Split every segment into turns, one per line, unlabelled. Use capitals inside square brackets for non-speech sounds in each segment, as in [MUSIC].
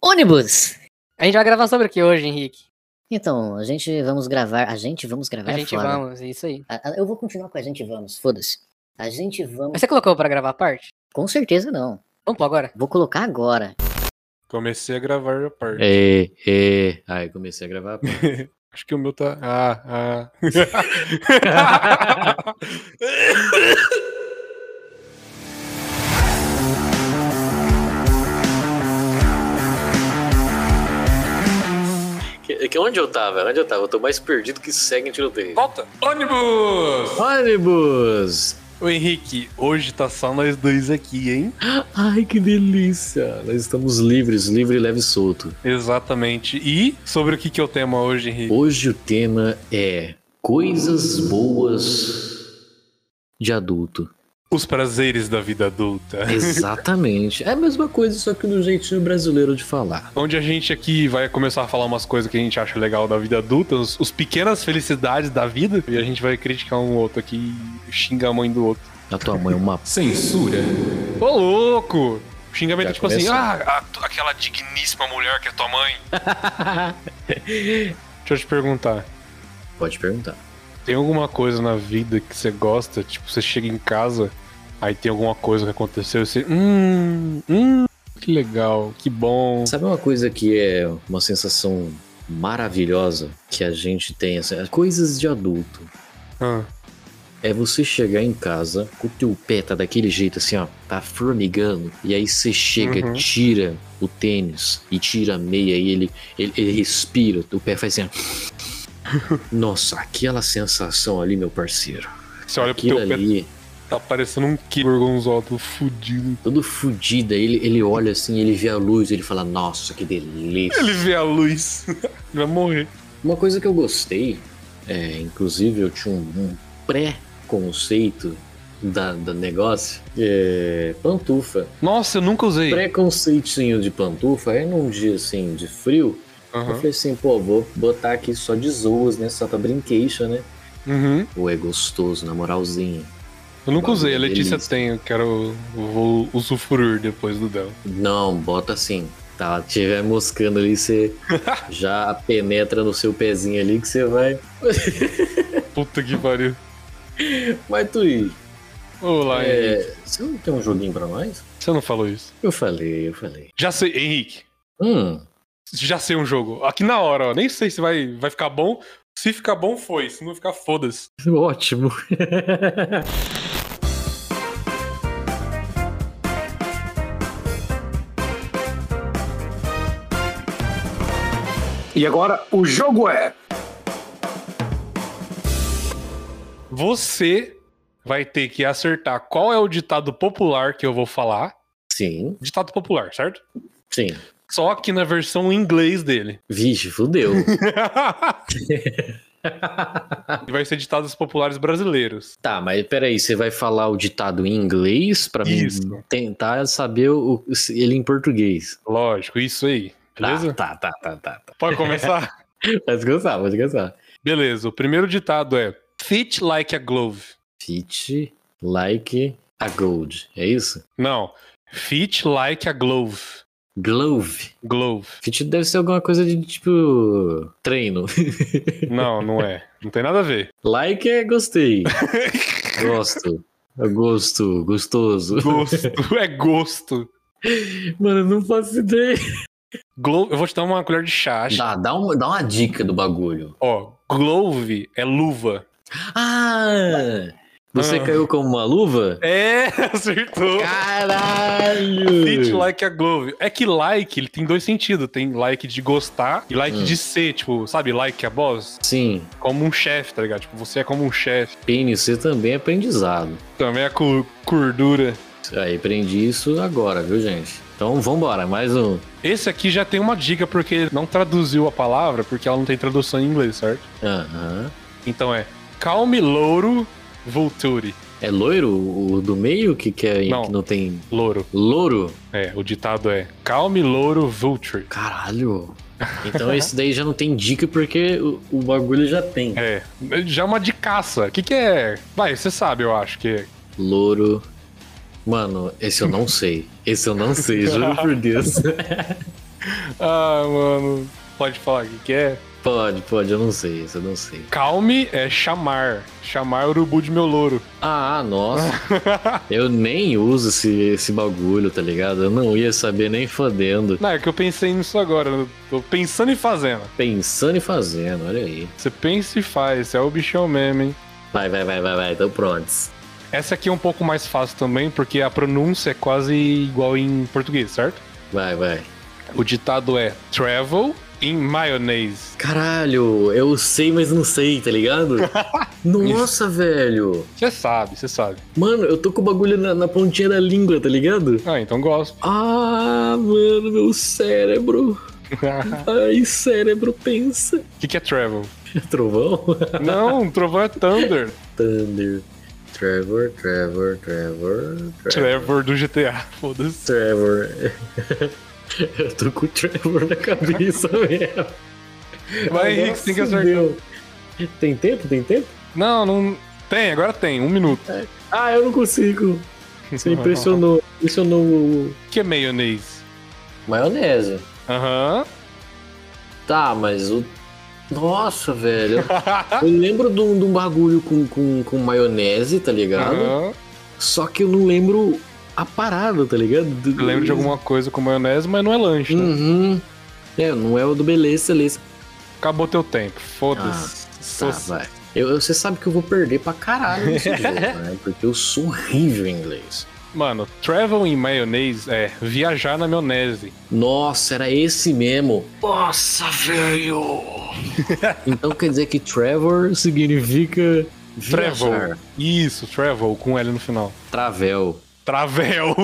ônibus.
A gente vai gravar sobre o que hoje, Henrique?
Então, a gente vamos gravar. A gente vamos gravar
a gente
fora.
vamos, é isso aí.
A- a- eu vou continuar com a gente vamos, foda-se. A gente vamos.
Mas você colocou pra gravar a parte?
Com certeza não.
Vamos
[LAUGHS]
pôr agora?
Vou colocar agora.
Comecei a gravar a parte.
É, é. Aí comecei a gravar. pô.
Acho que o meu tá. Ah, ah.
[LAUGHS] Que, que onde eu tava? Onde eu tava? Eu tô mais perdido que segue em tiroteio.
[LAUGHS] Volta! Ônibus!
Ônibus!
Ô Henrique, hoje tá só nós dois aqui, hein?
Ai, que delícia! Nós estamos livres, livre, leve e solto.
Exatamente. E sobre o que, que é o tema hoje, Henrique?
Hoje o tema é coisas boas de adulto.
Os prazeres da vida adulta.
Exatamente. É a mesma coisa, só que do jeitinho brasileiro de falar.
Onde a gente aqui vai começar a falar umas coisas que a gente acha legal da vida adulta, os, os pequenas felicidades da vida, e a gente vai criticar um outro aqui e xingar a mãe do outro.
A tua mãe é uma
[LAUGHS]
Censura. Ô, louco! O xingamento
Já
é tipo
começou.
assim, ah, a- aquela digníssima mulher que é tua mãe. Deixa eu te perguntar,
Pode perguntar.
tem alguma coisa na vida que você gosta? Tipo, você chega em casa, aí tem alguma coisa que aconteceu e você, hum, hum, que legal, que bom.
Sabe uma coisa que é uma sensação maravilhosa que a gente tem, assim, as coisas de adulto.
Ah,
É você chegar em casa, o teu pé tá daquele jeito assim, ó, tá formigando, e aí você chega,
Uhum.
tira o tênis e tira a meia e ele, ele, ele respira, o pé faz assim.
[LAUGHS]
ó. Nossa, aquela sensação ali, meu parceiro.
você olha pro
Aquilo
teu pé,
ali,
tá parecendo um que gorgonzola, todo fudido.
todo fudido, aí ele, ele olha assim, ele vê a luz, ele fala, nossa, que delícia.
Ele vê a luz, [LAUGHS] ele vai morrer.
Uma coisa que eu gostei, é, inclusive eu tinha um, um pré-conceito da, do negócio, é pantufa.
Nossa, eu nunca usei.
Preconceitinho de pantufa, aí num dia assim de frio, eu
Aham.
falei assim, pô, vou botar aqui só de zoas, né? Só pra brinquedo, né?
Uhum.
Pô, é gostoso, na moralzinha.
Eu nunca usei, a
Bagulho
Letícia
delícia.
tem, eu quero. eu Vou usufruir depois do dela.
Não, bota assim. Tá, tiver moscando ali, [LAUGHS] você já penetra no seu pezinho ali que você vai.
Puta que pariu.
Mas tu aí,
Olá, Henrique.
é, você não tem um joguinho pra nós?
Você não falou isso.
Eu falei, eu falei.
Já sei, Henrique.
Hum,
Já sei um jogo. Aqui na hora, ó. Nem sei se vai, vai ficar bom. Se ficar bom, foi. Se não ficar, foda-se.
Ótimo.
E agora o jogo é.
Você vai ter que acertar qual é o ditado popular que eu vou falar.
Sim,
Ditado popular, certo?
sim.
Só que na versão em inglês dele.
Vixe, fudeu.
E vai ser ditados populares brasileiros.
tá, mas peraí, você vai falar o ditado em inglês pra mim
Isso.
tentar saber o, se ele em português.
Lógico, isso aí. Beleza?
Tá, tá, tá, tá, tá.
Pode começar?
[LAUGHS] Pode cansar, pode cansar.
Beleza, o primeiro ditado é Fit like a glove.
Fit like a gold. É isso?
Não, fit like a glove.
Glove.
Glove.
Fit deve ser alguma coisa de tipo. treino. [LAUGHS]
Não, não é. Não tem nada a ver.
Like
[LAUGHS]
é gostei. Gosto. Eu gosto, gostoso.
Gosto [LAUGHS] é gosto.
Mano, eu não faço ideia.
Glove, eu vou te dar uma colher de chá. acho.
Dá, dá, um- dá uma dica do bagulho.
Ó, glove é luva.
Ah! Você
Ah.
caiu como uma luva?
É, [LAUGHS] acertou. Fit
Caralho!
like a glove. É que like, ele tem dois sentidos. Tem like de gostar e like
Hum.
de ser, tipo, sabe? Like a boss.
Sim,
Como um chefe, tá ligado? Tipo, você é como um chefe.
pênis você também é aprendizado.
Também a cu- cordura.
Aí, aprendi isso agora, viu, gente? Então, vambora, mais um.
Esse aqui já tem uma dica porque ele não traduziu a palavra, porque ela não tem tradução em inglês, certo?
Aham.
Então é calme louro vulture.
É loiro o o do meio que, que, é,
Não.
que não tem
Louro.
louro?
É, o ditado é calme louro vulture.
Caralho! Então esse daí já não tem dica porque o, o bagulho já tem.
É, já é uma de caça. O que que é? Vai, você sabe, eu acho que é.
Louro. Mano, esse eu não sei. Esse eu não sei, juro por Deus.
Ah, mano. Pode falar o que, que é?
Pode, pode, eu não sei, isso eu não sei.
Calme é chamar. Chamar é o urubu de meu louro.
Ah, nossa. eu nem uso esse, esse bagulho, tá ligado? Eu não ia saber nem fodendo.
Não, é que eu pensei nisso agora. eu Tô pensando e fazendo.
Pensando e fazendo, olha aí.
Você pensa e faz. Você é o bichão mesmo, hein?
Vai, vai, vai, vai, vai, então prontos.
Essa aqui é um pouco mais fácil também, porque a pronúncia é quase igual em português, certo?
Vai, vai.
O ditado é travel in mayonnaise.
Caralho, eu sei, mas não sei, tá ligado? Nossa, velho.
Você sabe, você sabe.
Mano, eu tô com o bagulho na, na pontinha da língua, tá ligado?
Ah, então gosto. [LAUGHS]
Ah, mano, meu cérebro.
O
Ai, cérebro, pensa. [LAUGHS]
que, que é travel?
Trovão? [LAUGHS]
Não, trovão é thunder.
Thunder. Trevor, Trevor, Trevor.
Trevor do GTA, foda-se.
Trevor. [LAUGHS] Eu tô com o Trevor na cabeça [LAUGHS] mesmo.
Vai, Henrique, você tem que acertar.
Fudeu. Tem tempo? Tem tempo?
Não, não. Tem, agora tem, um minuto.
Ah, eu não consigo. Você impressionou. Impressionou o.
O que é mayonnaise?
Maionese.
Aham.
Tá, mas o. Nossa, velho.
[LAUGHS]
Eu lembro de um, de um bagulho com, com, com maionese, tá ligado?
Aham.
Só que eu não lembro a parada, tá ligado? Do-
Eu lembro de alguma coisa com maionese, mas não é lanche, né?
Uhum. É, não é o do Beleza Celeste.
Acabou teu tempo,
Ah,
foda-se.
tá, vai. Eu, eu- você sabe que eu vou perder
[LAUGHS]
pra caralho nesse jogo, né? Porque eu sou horrível em inglês.
Mano, travel in mayonnaise é viajar na maionese.
Nossa, era esse mesmo.
Nossa, velho!
[LAUGHS] Então quer dizer que Trevor significa.
Travel.
viajar.
Isso, travel, com L no final.
Travel.
Travel.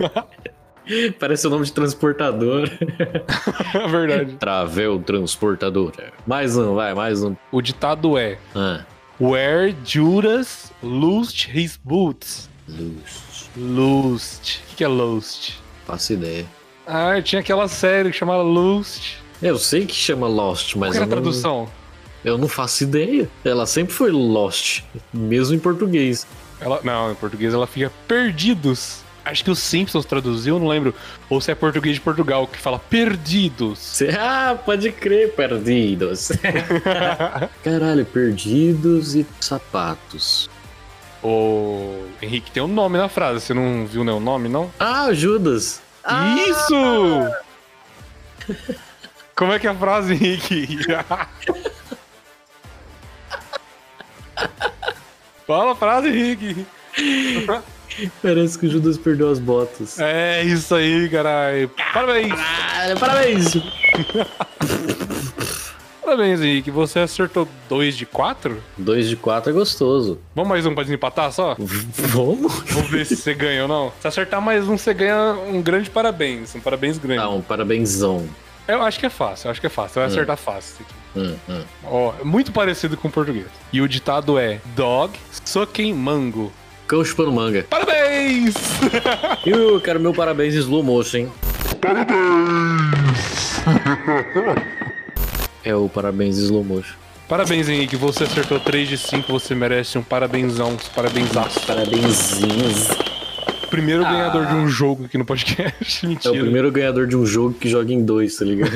[LAUGHS]
Parece o nome de transportador. [LAUGHS]
É verdade.
Travel transportadora. Mais um, vai, mais um.
O ditado é:
Ah,
Where Judas loosed his boots.
luz.
Loosed. O que que é loosed?
Faço ideia.
Ah, tinha aquela série que chamava Loosed.
Eu sei que chama Lost,
Qual
mas
que era
eu
a
não,
tradução?
eu não faço ideia. Ela sempre foi Lost, mesmo em português.
Ela, não, em português ela fica Perdidos. Acho que os Simpsons traduziu, não lembro. Ou se é português de Portugal, que fala Perdidos.
Cê- Ah, pode crer, perdidos. Caralho, perdidos e sapatos.
Ô, Henrique, tem um nome na frase. Você não viu nenhum nome, não?
Ah, Judas. Ah,
Isso! [LAUGHS] Como é que é a frase, [LAUGHS] Henrique? Fala a frase, Henrique.
Parece que o Judas perdeu as botas.
É isso aí, caralho. Parabéns.
Caralho, parabéns.
Parabéns, Henrique. Você acertou 2 de 4?
Dois de quatro é gostoso.
Vamos mais um pra desempatar só?
Vamos?
Vamos ver se você ganha ou não. Se acertar mais um, você ganha um grande parabéns. Um parabéns grande.
Tá, um parabénsão.
Eu acho que é fácil, eu acho que é fácil. Vai
Hum.
acertar fácil. isso aqui.
Hum, hum.
Ó, é muito parecido com o português. E o ditado é: Dog sucking mango.
Cão chupando manga.
Parabéns! [LAUGHS]
E eu quero meu parabéns em slow motion, hein? É o parabéns em slow motion.
Parabéns, Henrique. Você acertou 3 de 5. Você merece um parabenzão. um Parabenzaço.
Parabenzinhos.
Primeiro ganhador de um jogo aqui no podcast. [LAUGHS]
Ah. É o
Mentira.
primeiro ganhador de um jogo que joga em dois, tá ligado?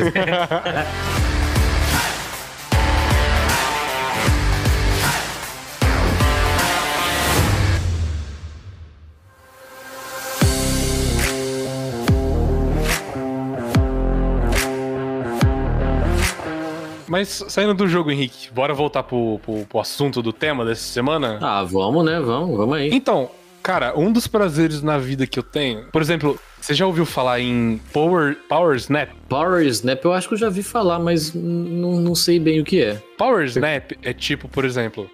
Mas saindo do jogo, Henrique, bora voltar pro, pro, pro assunto do tema dessa semana?
ah, vamos, né? Vamos, vamos aí.
Então, cara, um dos prazeres na vida que eu tenho. Por exemplo, você já ouviu falar em Power, power Snap?
Power Snap eu acho que eu já vi falar, mas n- não não sei bem o que é.
Power Snap é tipo, por exemplo,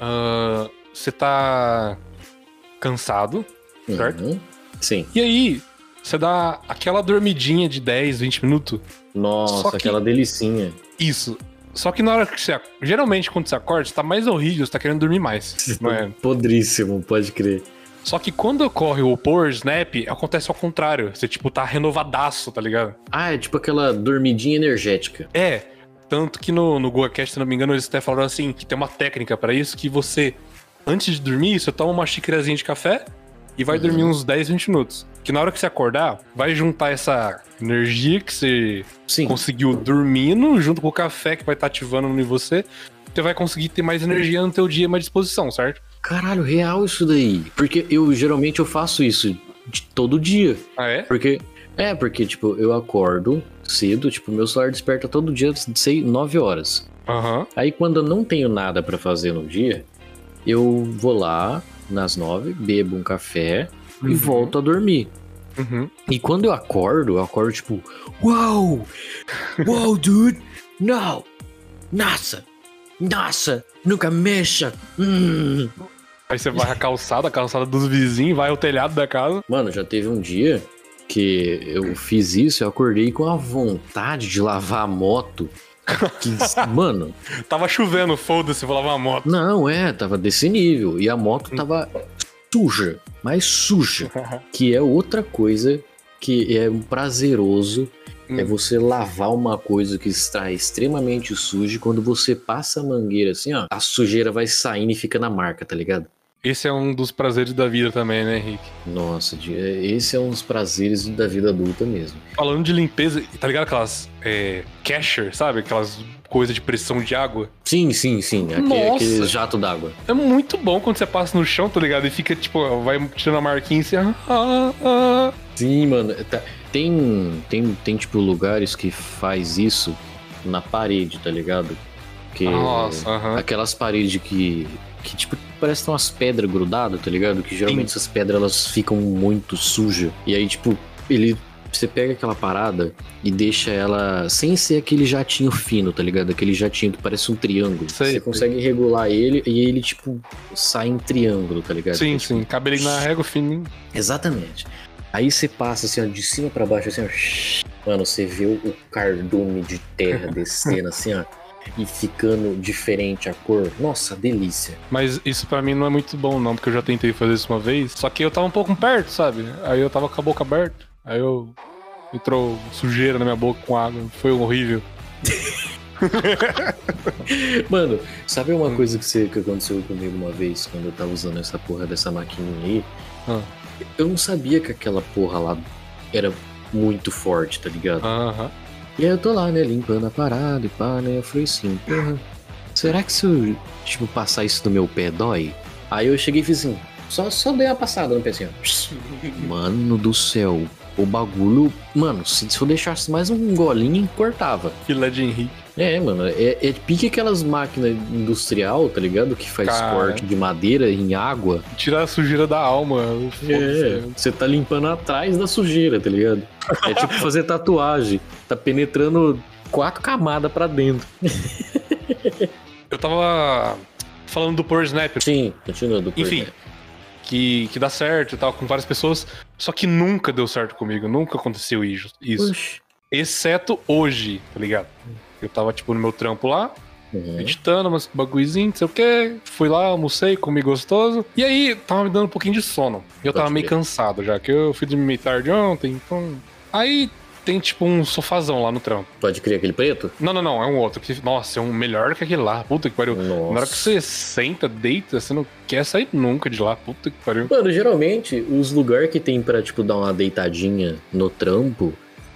ah, você tá cansado, certo?
Uhum. Sim.
E aí, você dá aquela dormidinha de 10, 20 minutos. Só
Nossa,
que-
aquela delicinha.
Isso. Só que na hora que você. ac- Geralmente, quando você acorda, você tá mais horrível, você tá querendo dormir mais. não é?
Podríssimo, pode crer.
Só que quando ocorre o Power Snap, acontece ao contrário. Você, tipo, tá renovadaço, tá ligado?
Ah, é tipo aquela dormidinha energética.
É, tanto que no, no GoaCast, se não me engano, eles até falaram assim, que tem uma técnica pra isso, que Uhum. você, antes de dormir, você toma uma xícarazinha de café e vai dormir uns 10, 20 minutos. Que na hora que você acordar, vai juntar essa energia que você
Sim.
conseguiu dormindo, junto com o café que vai estar ativando em você. Você vai conseguir ter mais energia no teu dia, mais disposição, certo?
Caralho, real isso daí. Porque eu geralmente eu faço isso de- todo dia.
Ah, é?
Porque. É, porque, tipo, eu acordo cedo, tipo, meu celular desperta todo dia, sei, 9 horas.
Aham.
Aí quando eu não tenho nada pra fazer no dia, eu vou lá nas 9, bebo um café e
Uhum.
volto a dormir.
Uhum.
E quando eu acordo, eu acordo tipo, uau! Uau, dude! Não! Nossa! Nossa! Nunca mexa! Hum.
Aí você vai a calçada, a calçada dos vizinhos, vai ao telhado da casa.
Mano, já teve um dia que eu fiz isso, eu acordei com a vontade de lavar a moto. Que, mano,
Tava chovendo, foda-se, vou lavar a moto.
não, é, tava desse nível. E a moto tava suja, mas suja. Que é outra coisa que é um prazeroso. É
Hum.
você lavar uma coisa que está extremamente suja. e Quando você passa a mangueira assim, ó, a sujeira vai saindo e fica na marca, tá ligado?
Esse é um dos prazeres da vida também, né, Henrique?
Nossa, de- esse é um dos prazeres da vida adulta mesmo.
Falando de limpeza, tá ligado aquelas é, casher, sabe? Aquelas coisas de pressão de água.
Sim, sim, sim. Aquele,
Nossa.
aquele jato d'água.
É muito bom quando você passa no chão, tá ligado? E fica, tipo, vai tirando a marquinha e você... Ah, ah, ah.
Sim, mano. tá- Tem, tem, tem, tipo, lugares que faz isso na parede, tá ligado? Que
Nossa, aham.
aquelas paredes que, que tipo, parecem umas pedras grudadas, tá ligado? Que geralmente essas pedras, elas ficam muito sujas. E aí, tipo, ele... Você pega aquela parada e deixa ela sem ser aquele jatinho fino, tá ligado? Aquele jatinho que parece um triângulo.
Sei.
Você consegue regular ele e ele, tipo, sai em triângulo, tá ligado?
Sim,
Que é, tipo,
sim. Cabelinho na régua, fininho.
Exatamente. Aí você passa assim, ó, de cima pra baixo, assim, ó. Mano, você vê o cardume de terra descendo assim, ó. E ficando diferente a cor. Nossa, delícia.
Mas isso pra mim não é muito bom, não, porque eu já tentei fazer isso uma vez. Só que eu tava um pouco perto, sabe? Aí eu tava com a boca aberta. Aí eu. Entrou sujeira na minha boca com água. Foi horrível.
Mano, sabe uma coisa que, você, que aconteceu comigo uma vez quando eu tava usando essa porra dessa maquininha aí?
Ah.
Eu não sabia que aquela porra lá era muito forte, tá ligado?
Aham.
E aí eu tô lá, né, limpando a parada e pá, né? Eu falei assim, porra, será que se eu, tipo, passar isso no meu pé dói? Aí eu cheguei e fiz assim, só, só dei uma passada no pé assim, ó. Mano do céu, o bagulho. Mano, se, se eu deixasse mais um golinho, cortava.
Filé de Henrique.
É, mano, é, é pique aquelas máquinas industrial, tá ligado? Que faz
Cara.
corte de madeira em água.
Tirar a sujeira da alma.
É,
Foda-se. né?
você tá limpando atrás da sujeira, tá ligado? É tipo fazer tatuagem. Tá penetrando quatro camadas pra dentro.
Eu tava falando do Power Snap,
Sim, continua do
Enfim.
porquê.
que, que dá certo e tal, com várias pessoas. Só que nunca deu certo comigo. Nunca aconteceu isso. isso.
Puxa.
Exceto hoje, tá ligado? Eu tava, tipo, no meu trampo lá.
Uhum.
editando umas bagulhozinho, não sei o que. Fui lá, almocei, comi gostoso. E aí, tava me dando um pouquinho de sono. E eu
Pode
tava meio
crer.
cansado já, que eu fui dormir tarde ontem, então. Aí tem tipo um sofazão lá no trampo.
Pode criar aquele preto?
Não, não, não, é um outro. Que, nossa, é um melhor que aquele lá. Puta que pariu.
Nossa.
Na hora que você senta, deita, você não quer sair nunca de lá. Puta que pariu.
Mano, geralmente, os lugares que tem pra, tipo, dar uma deitadinha no trampo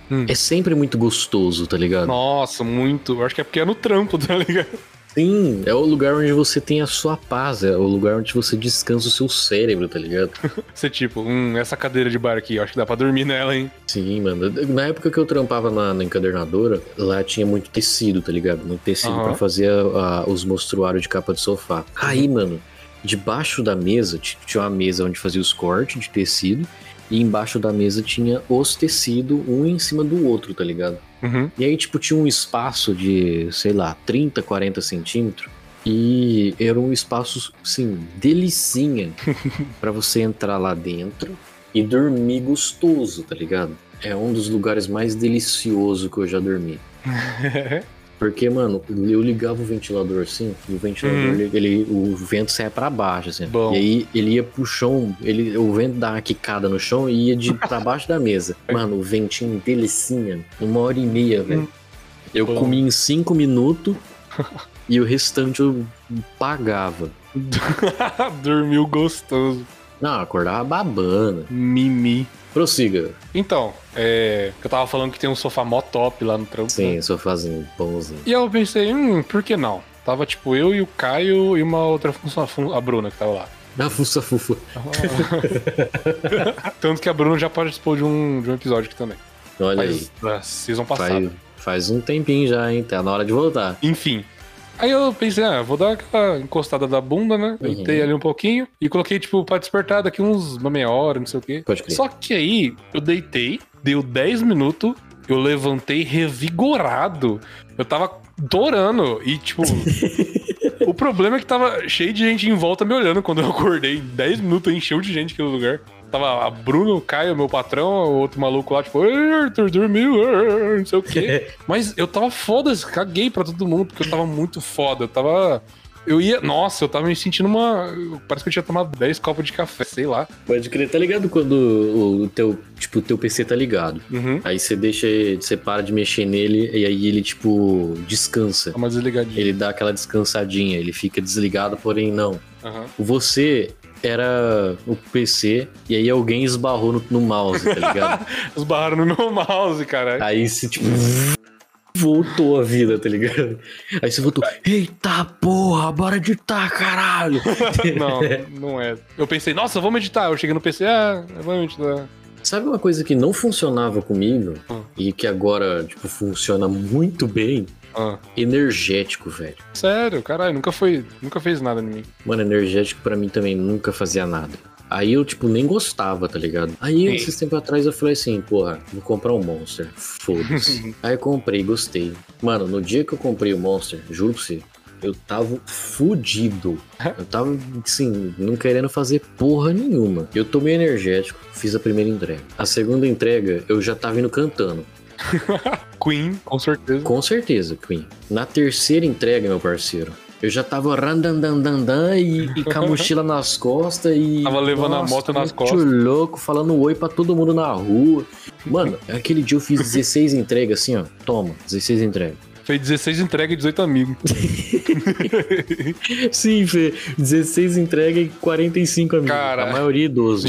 Hum.
é sempre muito gostoso, tá ligado?
Nossa, muito. Eu acho que é porque é no trampo, [LAUGHS] tá ligado?
Sim, é o lugar onde você tem a sua paz, é o lugar onde você descansa o seu cérebro, tá ligado?
Você tipo, hum, essa cadeira de bar aqui, eu acho que dá pra dormir nela, hein?
Sim, mano. Na época que eu trampava na, na encadernadora, lá tinha muito tecido, tá ligado? Muito tecido
Aham.
pra fazer a- a- os mostruários de capa de sofá. Aí, mano, debaixo da mesa ti- tinha uma mesa onde fazia os cortes de tecido. E embaixo da mesa tinha os tecidos, um em cima do outro, tá ligado?
[LAUGHS] Uhum.
E aí, tipo, tinha um espaço de, sei lá, 30, 40 centímetros. E era um espaço, assim, delicinha pra você entrar lá dentro e dormir gostoso, tá ligado? É um dos lugares mais deliciosos que eu já dormi.
É.
Porque, mano, eu ligava o ventilador assim, e o ventilador,
Uhum.
ele, ele- o vento saia pra baixo, assim.
Bom.
E aí ele ia pro chão, ele, o vento dava uma quicada no chão e
[LAUGHS]
ia de pra baixo da mesa. Mano, o ventinho delicinha, uma hora e meia, velho. Eu
Hum. Bom.
comi em cinco minutos
[LAUGHS]
e o restante eu pagava.
[LAUGHS] Dormiu gostoso.
Não, eu acordava babando.
Mimi.
Prossiga.
Então, é. Eu tava falando que tem um sofá mó top lá no trampo. né?
Sim, sofazinho, bonzinho.
E eu pensei, hum, por que não? Tava tipo eu e o Caio e uma outra função, a Bruna que tava lá.
[LAUGHS] Na fuça fufa.
Tanto que a Bruna já participou de um, de um episódio aqui também.
Olha aí.
Mas da season passada.
Faz, faz um tempinho já, hein? Tá na hora de voltar.
Enfim. Aí eu pensei, ah, vou dar aquela encostada da bunda, né? Deitei ali um pouquinho e coloquei, tipo, pra despertar daqui uns uma meia hora, não sei o quê.
Pode crer.
Só que aí eu deitei, deu 10 minutos, eu levantei revigorado. Eu tava dorando e,
[LAUGHS]
tipo. o problema é que tava cheio de gente em volta me olhando quando eu acordei. 10 minutos encheu de gente aquele lugar. Tava a Bruno, o Caio, meu patrão, o outro maluco lá, tipo, "Ei, Arthur dormiu, ei, não sei o
[LAUGHS]
quê. Mas eu tava foda-se, caguei pra todo mundo, porque eu tava muito foda. Eu tava. Eu ia. Nossa, eu tava me sentindo uma. Parece que eu tinha tomado 10 copos de café, sei lá.
Pode crer, tá ligado quando o- o teu, tipo, o teu PC tá ligado.
Uhum.
Aí você deixa, você para de mexer nele e aí ele, tipo, descansa.
Tá mais desligadinho.
Ele dá aquela descansadinha, ele fica desligado, porém não.
Aham.
Você era o PC e aí alguém esbarrou no, no mouse, tá ligado?
Esbarraram no meu [LAUGHS] mouse, caralho.
aí você, tipo, voltou a vida, tá ligado? Aí você voltou, eita porra, bora editar, caralho!
Não, não é. Eu pensei, nossa, vamos editar. Eu cheguei no PC, ah, vamos editar.
Sabe uma coisa que não funcionava comigo
Hum.
e que agora, tipo, funciona muito bem?
Ah,
Energético, velho.
sério, caralho, nunca foi. Nunca fez nada em mim.
Mano, energético pra mim também nunca fazia nada. Aí eu, tipo, nem gostava, tá ligado? Aí,
Sim.
esses tempos atrás, eu falei assim, porra, vou comprar um Monster. Foda-se. Aí eu comprei, gostei. Mano, no dia que eu comprei o Monster, juro pra você, eu tava fudido. Eu tava, assim, não querendo fazer porra nenhuma. Eu tomei energético, fiz a primeira entrega. A segunda entrega, eu já tava indo cantando.
Queen, com certeza.
Com certeza, Queen. Na terceira entrega, meu parceiro, eu já tava randandandandã e,
[LAUGHS]
e com a mochila nas costas e.
Tava levando a moto nas
muito
costas.
louco, falando oi pra todo mundo na rua. Mano, aquele dia eu
[LAUGHS]
fiz 16 entregas assim, ó. Toma, 16 entregas.
Fez 16 entregas e 18 amigos.
Sim, Fê, 16 entregas e 45 amigos.
Cara.
A maioria
[LAUGHS]
é idoso.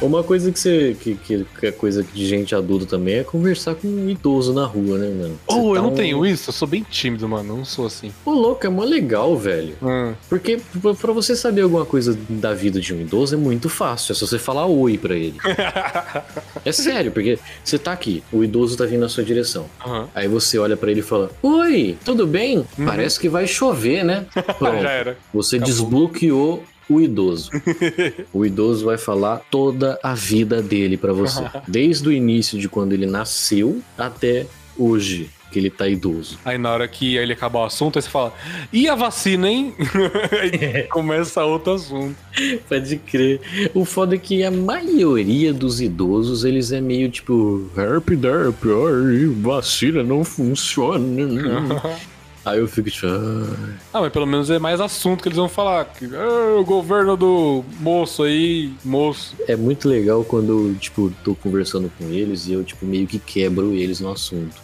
Uma coisa que você. Que, que, que é coisa de gente adulta também é conversar com um idoso na rua, né, mano? Você
oh, eu
tá
não
um-
tenho isso, eu sou bem tímido, mano. Não sou assim.
Ô, louco, é mó legal, velho.
Ah,
Porque p- pra você saber alguma coisa da vida de um idoso é muito fácil, é só você falar oi
[LAUGHS]
pra ele. é sério, porque você tá aqui, o idoso tá vindo na sua direção.
aham.
Aí você olha pra ele e fala: "Oi, tudo bem? Parece que vai
[LAUGHS]
chover, né?"
Uhum. Já
Pronto.
era.
Você
Acabou.
desbloqueou
[LAUGHS]
o idoso. o idoso vai falar toda a vida dele pra você, desde o início de quando ele nasceu até hoje que ele tá idoso.
Aí na hora que ele acabar o assunto, aí você fala, e a vacina, hein? [LAUGHS]
[LAUGHS]
aí começa outro assunto.
Pode crer. O foda é que a maioria dos idosos, eles é meio tipo... Herp, derp, ai, vacina não funciona. Aí eu fico tipo... "Ah,
Ah, mas pelo menos é mais assunto que eles vão falar. Que, "Ah, o governo do moço aí, moço.
É muito legal quando eu, tipo, tô conversando com eles e eu, tipo, meio que quebro eles no assunto.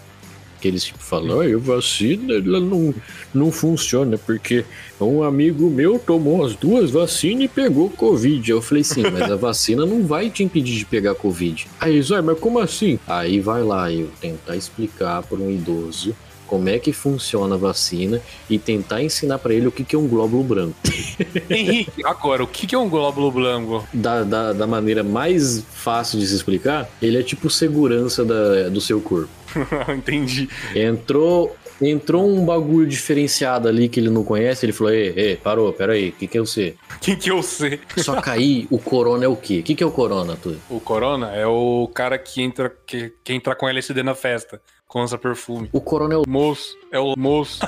Que eles, tipo, falam... Ai, a vacina ela não, não funciona porque um amigo meu tomou as duas vacinas e pegou Covid. Eu falei, sim, mas a vacina não vai te impedir de pegar Covid. Aí eles, "Ué, mas como assim? Aí vai lá eu tentar explicar para um idoso como é que funciona a vacina e tentar ensinar para ele o que, que é um glóbulo branco.
[LAUGHS] Henrique, agora, o que que é um glóbulo branco?
Da, da, da maneira mais fácil de se explicar, ele é tipo segurança da- do seu corpo.
[LAUGHS] Entendi.
Entrou, entrou um bagulho diferenciado ali que ele não conhece, ele falou, ei, ei, parou, peraí, o que, que é você?
Quem que eu sei?
Só que aí, o corona é o quê? O que, que é o corona, tu?
O corona é o cara que entra, que, que entra com LSD na festa, com essa perfume.
O corona é o.
Moço, é o [LAUGHS] moço.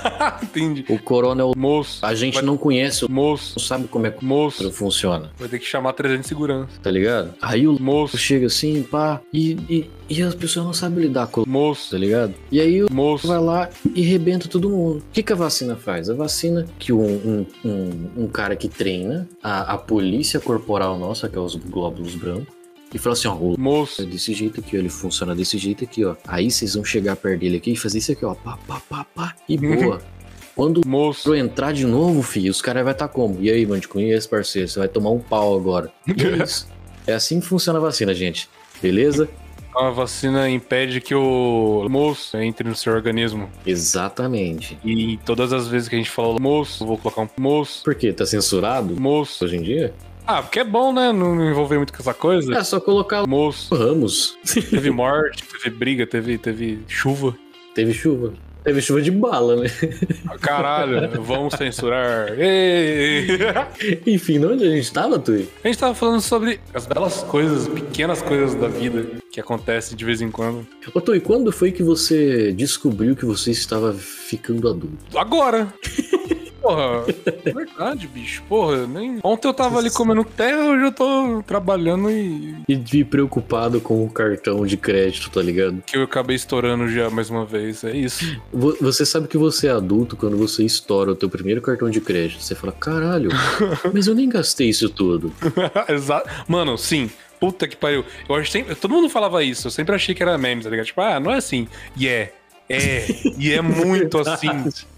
Entendi.
O corona é o.
Moço,
A gente não conhece,
moço,
não sabe como é que
moço.
o funciona,
Vai ter que chamar 300 de segurança.
tá ligado? Aí o
Moço,
chega assim, pá, e, e, e as pessoas não sabem lidar com o.
moço,
Tá ligado? E aí o
moço.
vai lá e rebenta todo mundo. O que, que a vacina faz? A vacina que um, um, um, um cara que treina, a, a polícia corporal nossa, que é os glóbulos brancos, e falar assim, ó, o é
Moço.
desse jeito aqui, ó, ele funciona desse jeito aqui, ó. Aí vocês vão chegar perto dele aqui e fazer isso aqui, ó, pá, pá, pá, pá, e boa. Quando o
Moço.
Pro entrar de novo, filho, os caras vai estar como? E aí, mano, te conheço, parceiro, você vai tomar um pau agora. E é isso. É assim que funciona a vacina, gente. Beleza?
A vacina impede que o moço entre no seu organismo.
Exatamente.
E todas as vezes que a gente falou moço, vou colocar um moço,
Por quê? Tá censurado
moço.
hoje em dia?
Ah, porque é bom, né? Não me envolver muito com essa coisa.
É só colocar o
Moço.
Ramos.
Teve morte, teve briga, teve, teve chuva.
Teve chuva. Teve chuva de bala, né? [LAUGHS]
Ah, Caralho, vamos censurar. Ei!
Enfim, de onde a gente tava, Tui?
A gente tava falando sobre as belas coisas, pequenas coisas da vida que acontecem de vez em quando.
Ô, Tui, quando foi que você descobriu que você estava ficando adulto?
Agora! Porra, verdade, bicho. Porra, nem. Ontem eu tava ali comendo terra, hoje eu tô trabalhando e
E de preocupado com o cartão de crédito, tá ligado?
que eu acabei estourando já mais uma vez. É isso.
Vo- Você sabe que você é adulto quando você estoura o teu primeiro cartão de crédito. Você fala, caralho, mas eu nem gastei isso tudo.
Exato. Mcho, Ah, sim. Puta que pariu. Eu acho sempre. Todo mundo falava isso. Eu sempre achei que era meme, tá ligado? Tipo, ah, não é assim. E é. É. E é
[LAUGHS]
muito assim.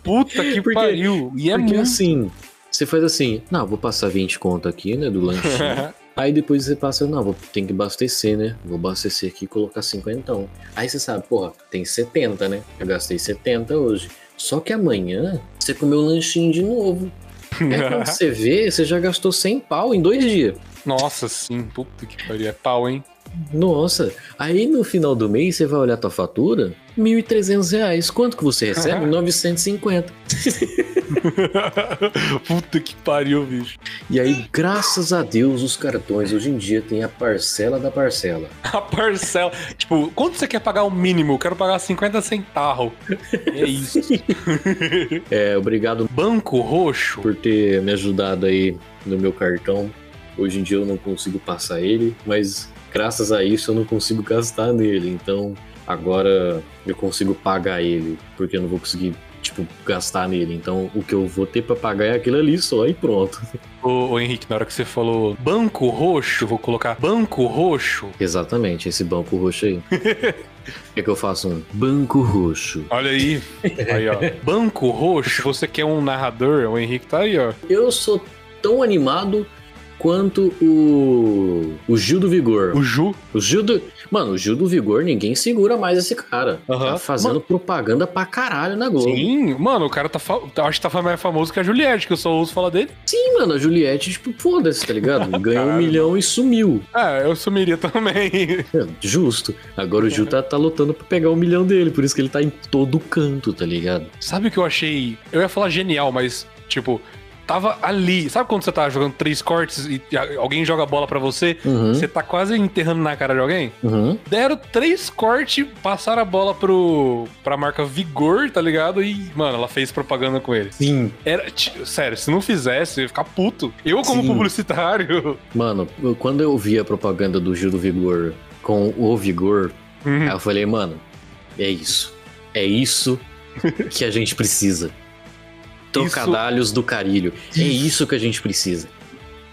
Puta que
Porque-
pariu. E é
Porque
muito.
assim, você faz assim, não, vou passar 20 conto aqui, né, do lanchinho.
[LAUGHS]
Aí depois você passa, não, vou, tem que abastecer, né? Vou abastecer aqui e colocar 50. Aí você sabe, porra, tem 70, né? Eu gastei 70 hoje. Só que amanhã você comeu o lanchinho de novo. Aí
[LAUGHS]
quando você vê, você já gastou 100 pau em dois dias.
Nossa, sim. Puta que pariu. É pau,
[LAUGHS]
hein?
Nossa, aí no final do mês você vai olhar tua fatura, 1.300 reais. Quanto que você recebe? 950.
Puta que pariu, bicho.
E aí, graças a Deus, os cartões hoje em dia tem a parcela da parcela.
A parcela. Tipo, quanto você quer pagar o mínimo? Eu quero pagar 50 centavos. É isso.
É, obrigado
Banco roxo.
por ter me ajudado aí no meu cartão. Hoje em dia eu não consigo passar ele, mas graças a isso eu não consigo gastar nele. Então agora eu consigo pagar ele, porque eu não vou conseguir, tipo, gastar nele. Então o que eu vou ter pra pagar é aquilo ali só e pronto.
Ô, ô, Henrique, na hora que você falou banco roxo, vou colocar banco roxo.
[LAUGHS] Exatamente, esse banco roxo aí. é que eu faço um banco roxo.
Olha aí. Aí, ó. Banco roxo, você quer um narrador? O Henrique tá aí, ó.
Eu sou tão animado quanto o. O Gil do Vigor.
O Ju.
O Gil do. Mano, o Gil do Vigor, ninguém segura mais esse cara.
Aham.
Tá fazendo propaganda pra caralho na Globo. Sim,
Sim, mano, o cara tá. Fa... eu Acho que tá mais famoso que a Juliette, que eu só ouço falar dele.
mano, a Juliette, tipo, foda-se, tá [LAUGHS] ligado? Ganhou um
Caralho,
milhão e sumiu.
Ah, eu sumiria [LAUGHS] também.
É, Justo. Agora o Gil tá, tá lutando pra pegar o milhão dele, por isso que ele tá em todo canto, tá ligado?
Sabe o que eu achei? Eu ia falar genial, mas, tipo, tava ali. Sabe quando você tá jogando três cortes e a- alguém joga a bola pra você?
Uhum.
Você tá quase enterrando na cara de alguém?
Uhum.
Deram três cortes, passaram a bola pro, pra marca Vigor, tá ligado? E, mano, ela fez propaganda com ele.
Sim,
Era, ti- sério, se não fizesse, eu ia ficar puto. Eu, como
Sim.
publicitário. [LAUGHS]
Mano, eu- quando eu vi a propaganda do Gil do Vigor com o Vigor, aí eu falei, mano, é isso. É isso que a gente precisa. Trocadalhos do carilho. É isso que a gente precisa.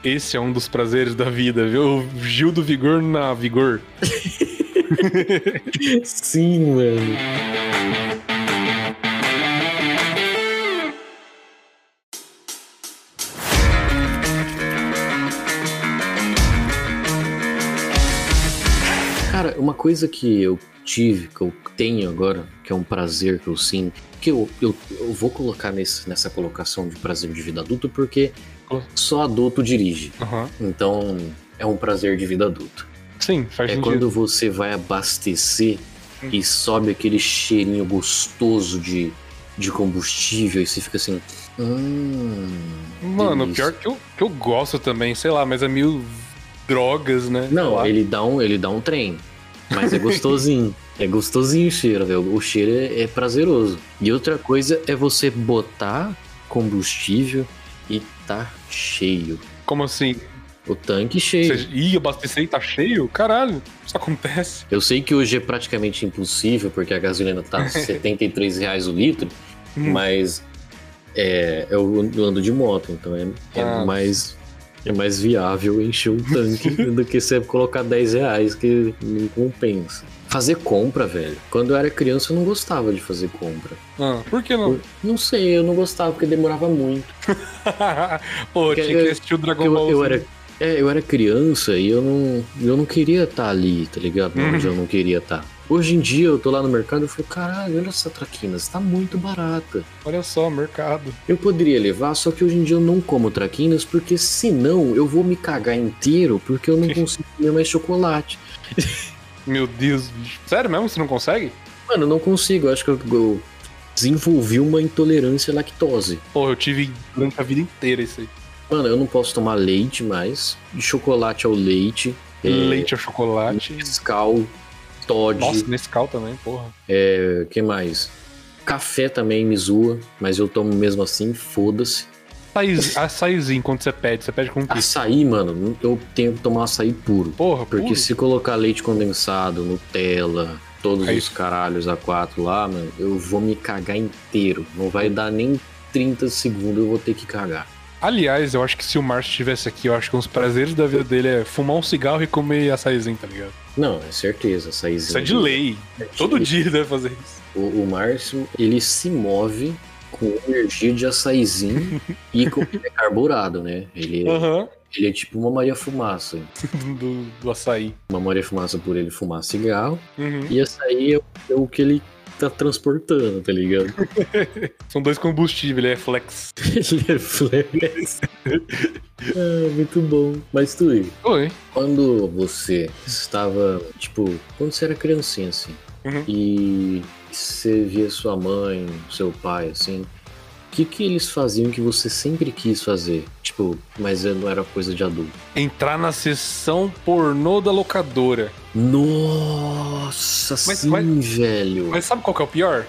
Esse é um dos prazeres da vida, viu? O Gil do Vigor na Vigor.
Sim, mano. Cara, uma coisa que eu tive, que eu tenho agora, que é um prazer que eu sinto, que eu, eu, eu vou colocar nesse, nessa colocação de prazer de vida adulta, porque só adulto dirige.
Aham.
Então, é um prazer de vida adulta.
Sim, faz
É
sentido.
quando você vai abastecer e sobe aquele cheirinho gostoso de, de combustível e você fica assim. Hum.
Mano,
delícia."
pior que eu, que eu gosto também, sei lá, mas é meio drogas, né? Sei
Não,
lá.
ele dá, um, ele dá um trem. Mas é gostosinho. [LAUGHS] é gostosinho o cheiro, velho. O cheiro é, é prazeroso. E outra coisa é você botar combustível e tá cheio.
Como assim?
O tanque cheio.
Você ia abastecer e tá cheio? Caralho, isso acontece.
Eu sei que hoje é praticamente impossível, porque a gasolina tá [LAUGHS] R$ 73 reais o litro,
Hum.
mas é, eu ando de moto, então é, é
Ah.
mais É mais viável encher o
[LAUGHS]
tanque do que você colocar 10 reais, que não compensa. Fazer compra, velho. Quando eu era criança, eu não gostava de fazer compra.
Ah, por que não?
Não sei, eu não gostava porque demorava muito.
[LAUGHS] Pô,
Porque
tinha que
eu-
assistir o
Porque
Dragon
eu,
Ball.
eu
Z.
era, é, eu era criança e eu não, eu não queria estar ali, tá ligado?
Hum.
Onde eu não queria estar. Hoje em dia eu tô lá no mercado e falo, caralho, olha essa traquina, tá muito barata.
Olha só, mercado.
Eu poderia levar, só que hoje em dia eu não como traquinas, porque senão eu vou me cagar inteiro, porque
[LAUGHS]
eu não consigo comer mais chocolate.
Meu Deus, bicho. Sério mesmo? Você não consegue?
Mano, eu não consigo, eu acho que eu, eu desenvolvi uma intolerância à lactose.
Pô, eu tive durante a vida inteira isso aí.
Mano, eu não posso tomar leite mais, e chocolate ao leite, é,
Leite a chocolate.
Nescau, Todd,
Nossa, Nescau também, porra.
é, que mais? Café também me zoa, mas eu tomo mesmo assim, foda-se.
Açaiz- Açaizinho, quando você pede, você pede com o quê?
Açaí, mano, eu tenho que tomar açaí puro.
Porra,
Porque
puro?
se colocar leite condensado, Nutella, todos
Aí-
os caralhos a quatro lá, mano, eu vou me cagar inteiro. Não vai dar nem 30 segundos, eu vou ter que cagar.
Aliás, eu acho que se o Márcio estivesse aqui, eu acho que um dos prazeres da vida dele é fumar um cigarro e comer açaizinho, tá ligado?
Não, é certeza, açaízinho.
Isso é de lei. Todo dia ele deve fazer isso.
O, o Márcio, ele se move com energia de
[LAUGHS]
açaizinho e com é carburado, né? Ele,
Aham.
ele é tipo uma Maria Fumaça.
Do, do açaí.
Uma Maria Fumaça por ele fumar cigarro
Uhum.
e açaí é o- é o que ele tá transportando, tá ligado?
São dois combustíveis, ele é flex.
Ele é flex. ah, muito bom. Mas tu, Igor,
Oi.
quando você estava, tipo, quando você era criancinha, assim,
Uhum.
e você via sua mãe, seu pai, assim, o que que eles faziam que você sempre quis fazer? Tipo, mas não era coisa de adulto.
Entrar na sessão pornô da locadora.
Nossa,
Mas-
sim,
mas-
velho.
Mas sabe qual que é o pior?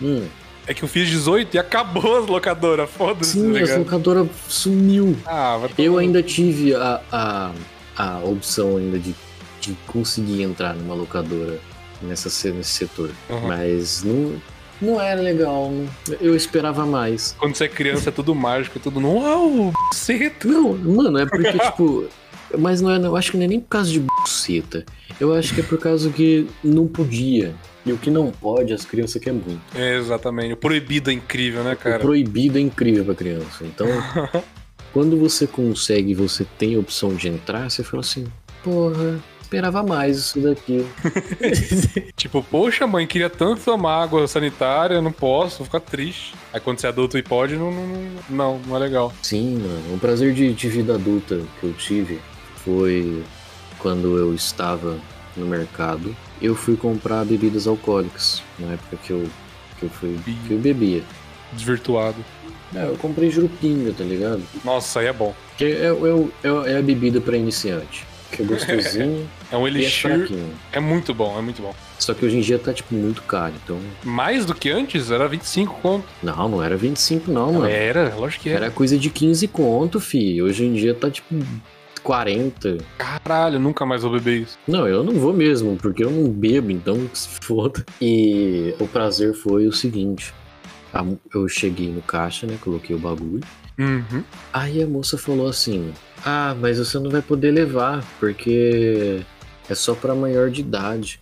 Hum,
É que eu fiz 18 e acabou as locadoras, foda-se, tá
sim, essa
ligado?
locadora sumiu.
Ah, vai
Eu ainda tive a, a, a opção ainda de, de conseguir entrar numa locadora nessa, se- nesse setor.
Uhum.
Mas não, não era legal. não- Eu esperava mais.
Quando você é criança é tudo mágico, é tudo. Uau, cedo.
Não, mano, é porque, tipo. Mas não é, eu acho que não é nem por causa de buceta. Eu acho que é por causa que não podia. E o que não pode, as crianças querem muito.
É, exatamente. O proibido é incrível, né,
O
cara?
proibido é incrível pra criança. Então, quando você consegue, você tem a opção de entrar, você fala assim: porra, esperava mais isso daqui.
Tipo, poxa, mãe, queria tanto tomar água sanitária, não posso, vou ficar triste. Aí quando você é adulto e pode, não, não, não, não, não é legal.
Sim, mano. Um prazer de, de vida adulta que eu tive foi quando eu estava no mercado. Eu fui comprar bebidas alcoólicas, na época que eu, que eu, fui, que eu bebia.
Desvirtuado.
É, eu comprei jurupinga, tá ligado?
Nossa, aí é bom.
Que é, é, o- é, o- é a bebida pra iniciante. Que é gostosinho
É um
e é
elixir.
fraquinho.
É muito bom, é muito bom.
Só que hoje em dia tá, tipo, muito caro. Então,
Mais do que antes, era 25 conto.
não, não era 25 não, mano.
Era, lógico que era.
Era coisa de 15 conto, fi. Hoje em dia tá, tipo, 40,
Caralho, nunca mais vou beber isso.
Não, eu não vou mesmo, porque eu não bebo, então se foda. E o prazer foi o seguinte: a mo- eu cheguei no caixa, né? Coloquei o bagulho.
Uhum.
Aí a moça falou assim: Ah, mas você não vai poder levar, porque é só pra maior de idade.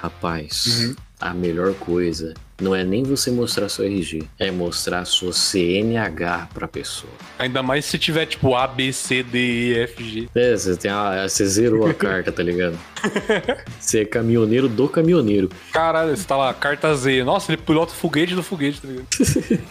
Rapaz,
Uhum.
a melhor coisa não é nem você mostrar seu RG, é mostrar sua CNH pra pessoa.
Ainda mais se tiver, tipo, A, B, C, D, E, F, G.
É, você, tem a, você zerou a carta, tá ligado? Você é caminhoneiro do caminhoneiro.
Caralho, você tá lá, carta Z. Nossa, ele pilota o foguete do foguete, tá ligado?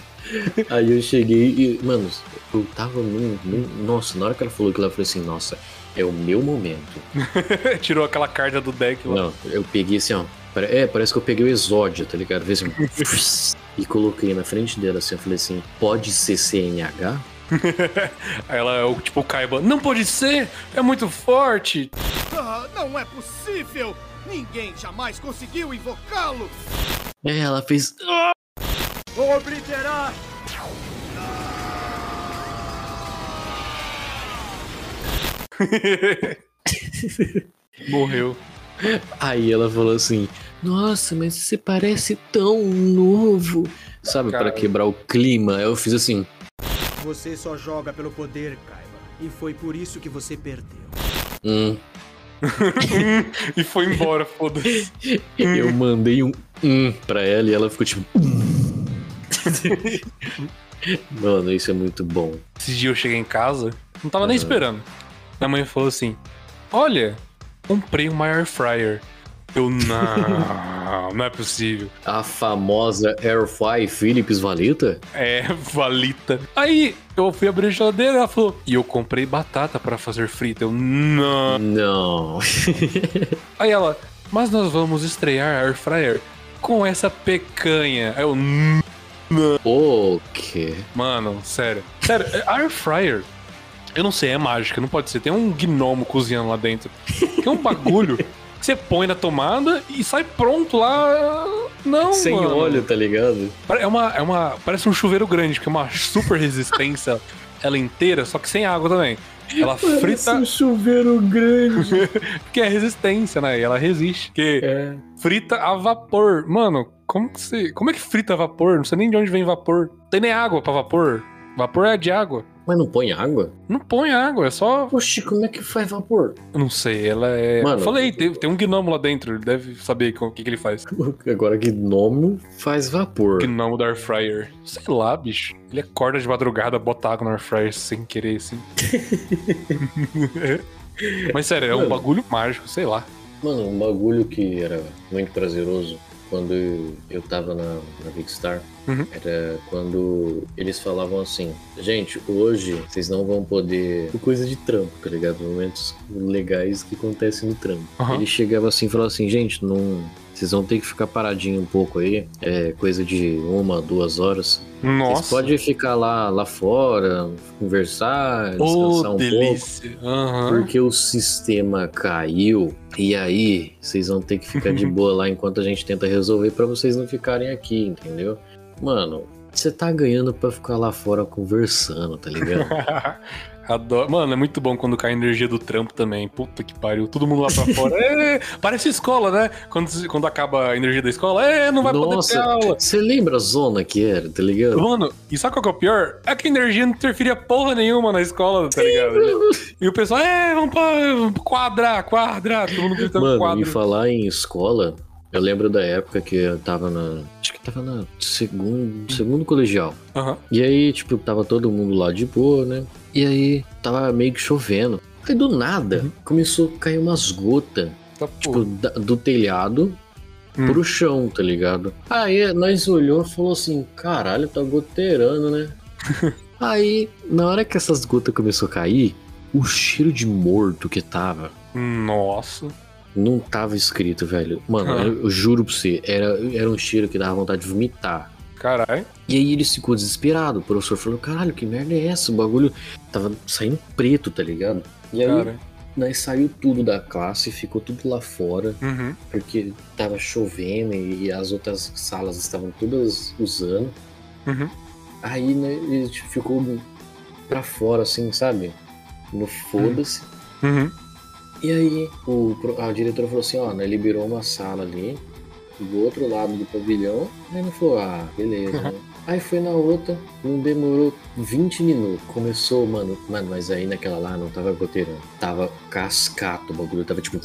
Aí eu cheguei e, mano, eu tava num, num- Nossa, na hora que ela falou aquilo, eu falei assim, nossa, é o meu momento.
[LAUGHS] Tirou aquela carta do deck lá.
Não, eu peguei assim, ó. pare- É, parece que eu peguei o exódio, tá ligado? Fez assim, e coloquei na frente dela assim, eu falei assim, pode ser CNH?
Aí ela, o- tipo, o Kaiba, não pode ser, é muito forte.
Ah, não é possível! Ninguém jamais conseguiu invocá-lo!
É, ela fez.
Vou obliterar!
Morreu.
Aí ela falou assim, nossa, mas você parece tão novo. Sabe, pra
Cara.
quebrar o clima, eu fiz assim.
Você só joga pelo poder, Kaiba.
E foi por isso que você perdeu.
Hum.
E foi embora, [LAUGHS] foda-se.
Eu mandei um hum pra ela e ela ficou tipo. "Hum". Mano, isso é muito bom.
Esse dia eu cheguei em casa, não tava nem esperando. Minha mãe falou assim: Olha, comprei uma air fryer. Eu, não, não é possível.
A famosa Airfly Philips Valeta?
É, valita. Aí eu fui abrir a geladeira, ela falou: E eu comprei batata pra fazer frita. Eu, não.
Não.
Aí ela: Mas nós vamos estrear a air fryer com essa pecanha. Aí eu, não.
O quê?
Mano, sério. Sério, a air fryer. Eu não sei, é mágica, não pode ser. Tem um gnomo cozinhando lá dentro. Que é um
[LAUGHS]
bagulho que você põe na tomada e sai pronto lá. Não,
Sem
mano.
óleo, tá ligado?
Pare- É uma, é uma. Parece um chuveiro grande, que é uma super resistência.
[LAUGHS]
ela inteira, só que sem água também. Ela frita,
um chuveiro
[LAUGHS]
grande.
porque é resistência, né? E ela resiste. Porque
É.
frita a vapor. Mano, como que você. Como é que frita a vapor? Não sei nem de onde vem vapor. Tem nem água pra vapor. Vapor é de água.
Mas não põe água?
Não põe água, é só.
Oxi, como é que faz vapor?
Eu não sei, ela é.
Mano,
eu falei, tem, tem um gnomo lá dentro, ele deve saber co- o que, que ele faz.
[LAUGHS] Agora que nome faz vapor.
Gnomo da Air Fryer. Sei lá, bicho. Ele acorda de madrugada, bota água na Air Fryer sem querer,
[LAUGHS]
assim. Mas sério, é um
Mano.
bagulho mágico, sei lá.
Mano, um bagulho que era muito prazeroso quando eu- eu tava na, na Big Star
Uhum.
era quando eles falavam assim: gente, hoje vocês não vão poder. Coisa de trampo, tá ligado? Momentos legais que acontecem no trampo.
Aham.
Ele chegava assim e falava assim: gente, não. Vocês vão ter que ficar paradinho um pouco aí, é coisa de uma, duas horas. Vocês
Nossa.
podem ficar lá, lá fora, conversar,
Ô,
descansar um pouco.
delícia. Aham.
Porque o sistema caiu e aí vocês vão ter que
[LAUGHS]
ficar de boa lá enquanto a gente tenta resolver pra vocês não ficarem aqui, entendeu? Mano, você tá ganhando pra ficar lá fora conversando, tá ligado?
[LAUGHS] Adoro. Mano, é muito bom quando cai a energia do trampo também. Puta que pariu. Todo mundo lá
[LAUGHS]
pra fora. É, parece escola, né? Quando, quando acaba a energia da escola, é, [LAUGHS] não vai poder ter
Nossa,
aula.
você lembra a zona que era, tá ligado?
Mano, e sabe qual que é o pior? É que a energia não interferia porra nenhuma na escola, tá ligado? E o pessoal, é, vamos pra vamos quadrar, quadrar, todo mundo gritando
Mano, e
quadro.
falar em escola, eu lembro da época que eu tava na. Acho que tava na segundo, segundo colegial.
Aham.
E aí, tipo, tava todo mundo lá de boa, né? E aí, tava meio que chovendo. Aí do nada, começou a cair umas gotas,
Tá,
tipo,
Uhum. pô.
da- do telhado
Hum.
pro chão, tá ligado? Aí nós olhou e falou assim, caralho, tá
[LAUGHS]
goteirando, né? aí, na hora que essas gotas começou a cair, o cheiro de morto que tava.
Nossa.
Não tava escrito, velho. Mano,
Ah.
eu, eu juro pra você, era, era um cheiro que dava vontade de vomitar.
Caralho.
E aí ele ficou desesperado. O professor falou: caralho, que merda é essa? O bagulho tava saindo preto, tá ligado? E aí
Cara.
nós saiu tudo da classe, ficou tudo lá fora,
Uhum.
porque tava chovendo e e as outras salas estavam todas usando.
Uhum.
Aí né, ele tipo, ficou pra fora, assim, sabe? No foda-se.
Uhum.
E aí o, pro- a diretora falou assim, ó, né, liberou uma sala ali do outro lado do pavilhão, aí ele falou, ah, beleza, né? Aí foi na outra, não demorou 20 minutos. Começou, mano, mano, mas aí naquela lá não tava goteirão. Tava cascato o bagulho, tava tipo.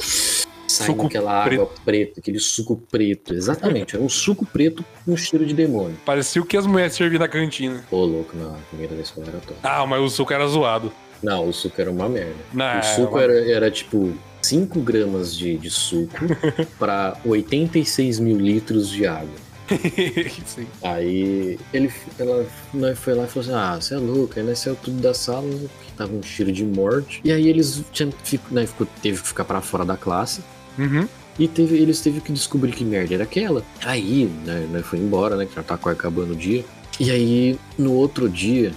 Saindo
Suco
aquela água preta, aquele suco preto. Exatamente, era um suco preto com cheiro de demônio.
Parecia o que as mulheres serviam na cantina.
Ô, louco, não, a primeira vez que eu era top.
Ah, mas o suco era zoado.
Não, o suco era uma merda.
Não,
O suco era, era, tipo 5 gramas de, de suco pra 86 mil litros de água.
[LAUGHS] Sim.
Aí ele, ela nós foi lá e falou assim: Ah, você é louco. Aí nós saiu tudo da sala, né, que tava um cheiro de morte. E aí eles tinha, fico- né, ficou, teve que ficar pra fora da classe.
Uhum.
E teve, eles teve que descobrir que merda era aquela. Aí, né, nós foi embora, né? Que já tá quase acabando o dia. E aí, no outro dia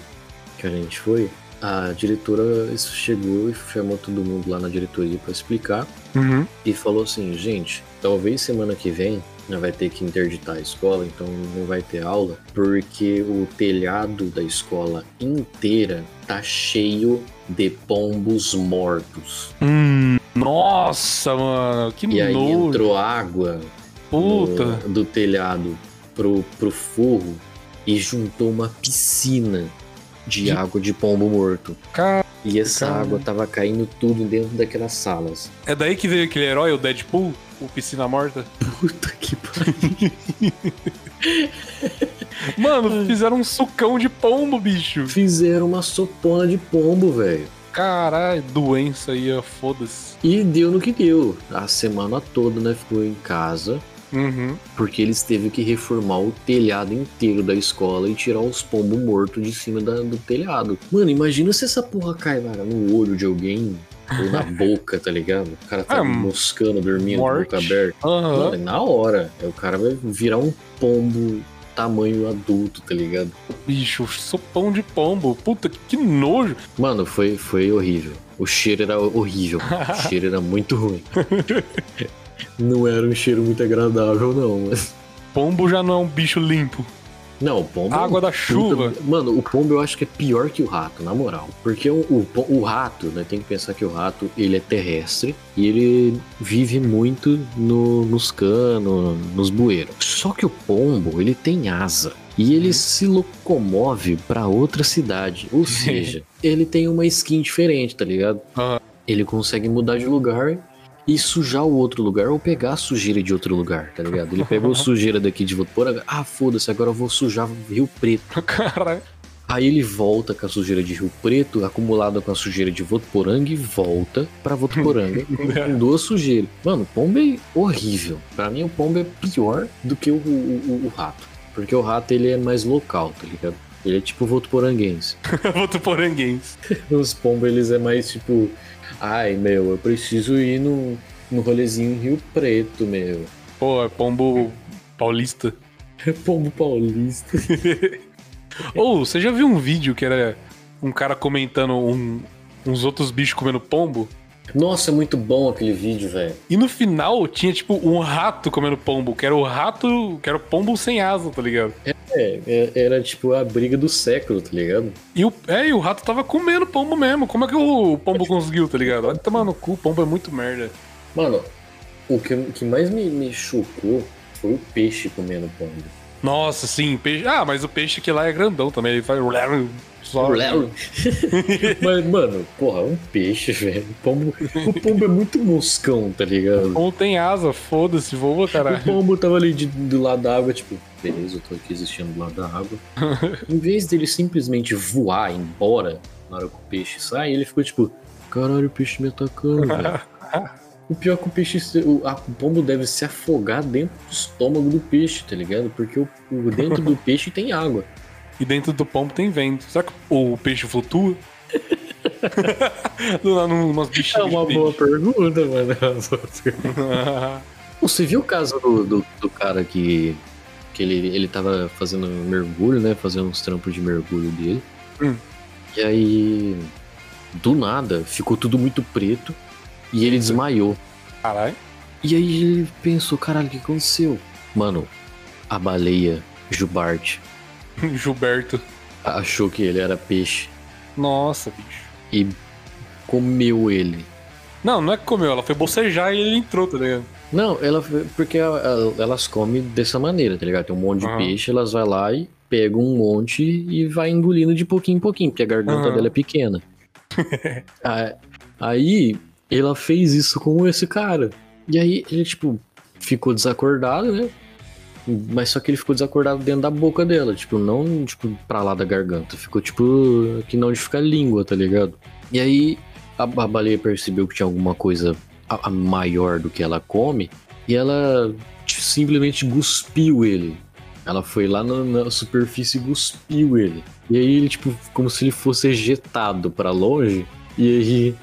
que a gente foi, a diretora chegou e chamou todo mundo lá na diretoria pra explicar
Uhum.
e falou assim, gente, talvez semana que vem né, vai ter que interditar a escola, então não vai ter aula, porque o telhado da escola inteira tá cheio de pombos mortos.
Hum, Nossa, mano. Que
E aí
nojo.
entrou água no-
Puta.
do telhado pro, pro forro e juntou uma piscina de
De-
água de pombo morto. E essa
Caramba.
água tava caindo tudo dentro daquelas salas.
É daí que veio aquele herói, o Deadpool, o Piscina Morta.
Puta que [LAUGHS] pariu.
Mano, fizeram um sucão de pombo, bicho.
Fizeram uma sopona de pombo, velho.
Caralho, doença aí, ó, foda-se.
E deu no que deu. A semana toda, né? Ficou em casa.
Uhum.
Porque eles teve que reformar o telhado inteiro da escola e tirar os pombos mortos de cima da- do telhado. Mano, imagina se essa porra cai, cara, no olho de alguém. Ou
[LAUGHS]
na boca, tá ligado? O cara tá
Ah,
moscando, dormindo, com a
morte.
boca aberta.
Aham.
Mano, é na hora. Aí O cara vai virar um pombo tamanho adulto, tá ligado?
Bicho, sopão de pombo. Puta, que que nojo.
Mano, foi, foi horrível. O cheiro era horrível.
[LAUGHS]
O cheiro era muito ruim. Não era um cheiro muito agradável, não.
Pombo já não é um bicho limpo.
Não, o pombo. é um
Água da chuva.
Puta- Mano, o pombo eu acho que é pior que o rato, na moral. Porque o, o, po- o rato, né? Tem que pensar que o rato, ele é terrestre e ele vive muito no- nos canos, nos bueiros. Só que o pombo, ele tem asa. E
Uhum.
ele se locomove pra outra
[LAUGHS]
cidade. Ou seja, ele tem uma skin diferente, tá ligado?
Aham.
Ele consegue mudar de lugar e sujar o outro lugar ou pegar a sujeira de outro lugar, tá ligado?
[LAUGHS]
Ele pegou sujeira daqui de Votuporanga, ah, foda-se, agora eu vou sujar Rio Preto.
[LAUGHS] Caralho.
Aí ele volta com a sujeira de Rio Preto, acumulada com a sujeira de Votuporanga e volta pra Votuporanga com duas sujeiras. Mano, o pombo é horrível. Pra mim, o pombo é pior do que o, o- o- o rato. Porque o rato, ele é mais local, tá ligado? Ele é tipo votuporanguense. [LAUGHS]
Votuporanguense.
Os pombos, eles é mais tipo... Ai, meu, eu preciso ir no, no rolezinho em Rio Preto, meu. [LAUGHS]
Pô, é pombo paulista.
Pombo paulista.
Ou, você já viu um vídeo que era um cara comentando um- uns outros bichos comendo pombo?
Nossa, é muito bom aquele vídeo, velho.
E no final tinha, tipo, um rato comendo pombo, que era o rato, que era o pombo sem asa, tá ligado?
É, é- era tipo a briga do século, tá ligado?
E o, é, e o rato tava comendo pombo mesmo. Como é que o pombo conseguiu, tá ligado? Vai tomar no cu, pombo é muito merda.
Mano, o que, o que mais me, me chocou foi o peixe comendo pombo.
Nossa, sim, peixe. Ah, mas o peixe que lá é grandão também, ele faz. Só...
[LAUGHS] Mas, mano, porra, é um peixe, velho. O Pombo, o pombo é muito moscão, tá ligado?
Pombo tem asa, foda-se, voa,
O
caralho.
pombo tava ali de- do lado da água, tipo, beleza, eu tô aqui existindo do lado da água. em vez dele simplesmente voar embora na hora que o peixe sai, ele ficou tipo, caralho, o peixe me atacando, velho. O pior é que o peixe. se- O, a- o pombo deve se afogar dentro do estômago do peixe, tá ligado? Porque o, o- dentro do peixe tem água.
E dentro do pombo tem vento. Será que o peixe flutua? [LAUGHS] do nada, um- umas
É
bichinhas.
uma
de
boa pergunta, mano. [LAUGHS] é uma boa pergunta.
peixe.
Você viu o caso do, do, do cara que, que ele, ele tava fazendo mergulho, né? Fazendo uns trampos de mergulho dele.
Hum.
E aí, do nada, ficou tudo muito preto e ele desmaiou.
[LAUGHS] caralho.
E aí ele pensou, caralho, o que aconteceu? Mano, a baleia Jubarte
Gilberto.
achou que ele era peixe
Nossa, bicho.
e comeu ele.
Não, não é que comeu, ela foi bocejar e ele entrou, tá ligado?
Não, ela, porque a- a- elas comem dessa maneira, tá ligado? Tem um monte de
Aham.
peixe, elas vai lá e pegam um monte e vai engolindo de pouquinho em pouquinho, porque a garganta
Aham.
dela é pequena. A- aí ela fez isso com esse cara. E aí ele, tipo, ficou desacordado, né? Mas só que ele ficou desacordado dentro da boca dela, tipo, não, tipo, pra lá da garganta. Ficou, tipo, aqui não onde fica a língua, tá ligado? E aí a, a baleia percebeu que tinha alguma coisa a- a maior do que ela come e ela t- simplesmente cuspiu ele. Ela foi lá na, na superfície e cuspiu ele. E aí ele, tipo, como se ele fosse ejetado pra longe. E aí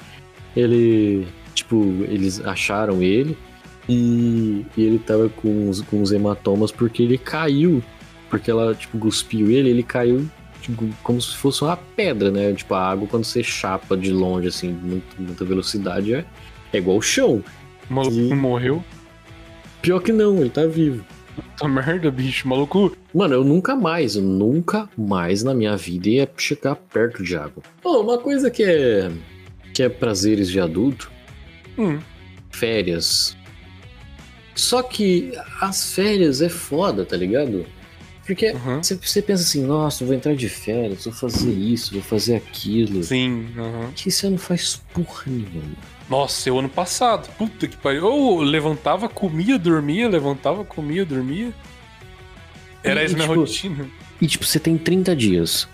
ele, tipo, eles acharam ele e, e ele tava com uns, com uns hematomas porque ele caiu. Porque ela, tipo, cuspiu ele, ele caiu tipo, como se fosse uma pedra, né? Tipo, a água quando você chapa de longe, assim, muito, muita velocidade, é, é igual o chão.
O maluco
Sim.
morreu.
Pior que não, ele tá vivo.
Puta merda, bicho. O maluco.
Mano, eu nunca mais, eu nunca mais na minha vida ia chegar perto de água. Pô, uma coisa que é que é prazeres de adulto,
Hum.
férias. Só que as férias é foda, tá ligado? Porque
Uhum.
você, você pensa assim, nossa, vou entrar de férias, vou fazer isso, vou fazer aquilo.
Sim. aham.
Que você não faz porra nenhuma.
Nossa, eu ano passado. Puta que pariu. Eu levantava, comia, dormia, levantava, comia, dormia. Era
E,
essa minha
tipo,
rotina. [LAUGHS]
E tipo, você tem 30 dias.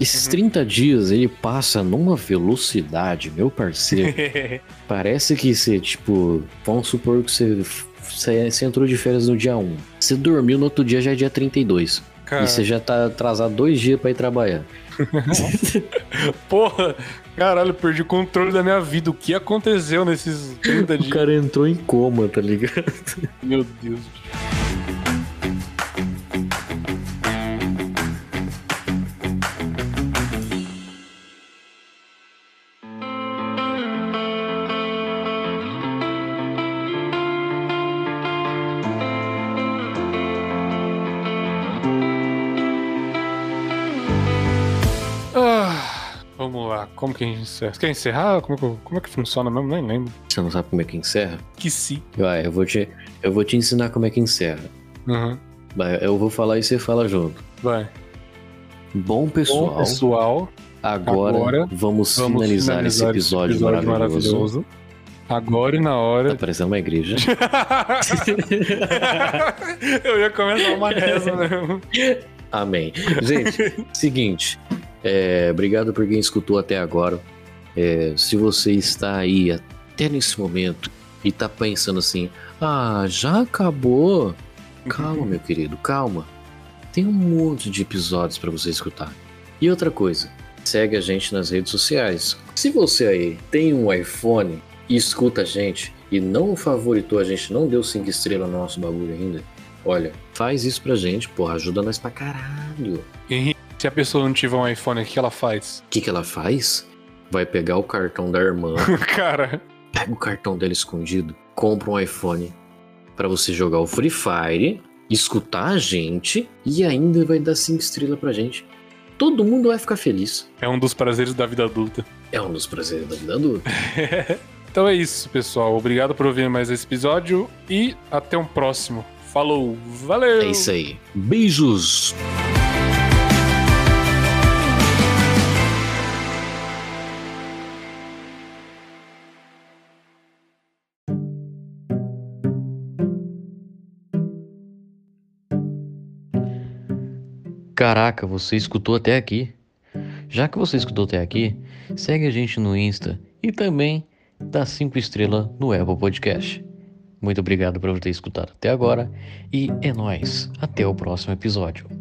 Esses
Uhum.
30 dias ele passa numa velocidade, meu parceiro.
É,
Parece que você, tipo, vamos supor que você, você, você entrou de férias no dia 1. Você dormiu no outro dia já é dia 32.
Cara,
E você já tá atrasado dois dias pra ir trabalhar.
porra, caralho, eu perdi o controle da minha vida. O que aconteceu nesses 30
O
dias?
cara entrou em coma, tá ligado?
Meu Deus. Ah, Vamos lá, como que a gente encerra? Você quer encerrar? Como, que- como é que funciona mesmo? Nem lembro.
[LAUGHS] Você não sabe como é que encerra?
Que sim.
Vai, eu vou te, eu vou te ensinar como é que encerra.
Uhum.
Vai, eu vou falar e você fala junto.
Vai.
Bom pessoal,
Bom, pessoal,
agora,
agora
vamos,
vamos
finalizar,
finalizar
esse episódio, maravilhoso.
Agora e na
Tá
hora.
parecendo uma [LAUGHS] igreja.
[LAUGHS] Eu ia começar uma [LAUGHS] reza mesmo.
Amém. Gente, seguinte. é, obrigado por quem escutou até agora. É, se você está aí até nesse momento e tá pensando assim, ah, já acabou? Calma, meu querido, calma. Tem um monte de episódios para você escutar. E outra coisa, segue a gente nas redes sociais. Se você aí tem um iPhone e escuta a gente e não favoritou a gente, não deu cinco estrelas no nosso bagulho ainda, olha, faz isso pra gente, porra, ajuda nós pra caralho.
Henrique, se a pessoa não tiver um iPhone, o que ela faz?
O que, que ela faz? Vai pegar o cartão da irmã,
[LAUGHS] Cara,
pega o cartão dela escondido, compra um iPhone pra você jogar o Free Fire, escutar a gente e ainda vai dar cinco estrelas pra gente. Todo mundo vai ficar feliz.
é um dos prazeres da vida adulta.
É um dos prazeres da vida adulta.
Então é isso, pessoal. Obrigado por ouvir mais esse episódio e até um próximo. Falou, valeu!
É isso aí. Beijos!
Caraca, você escutou até aqui? Já que você escutou até aqui, segue a gente no Insta e também dá 5 estrelas no Apple Podcast. Muito obrigado por ter escutado até agora e é nóis. Até o próximo episódio.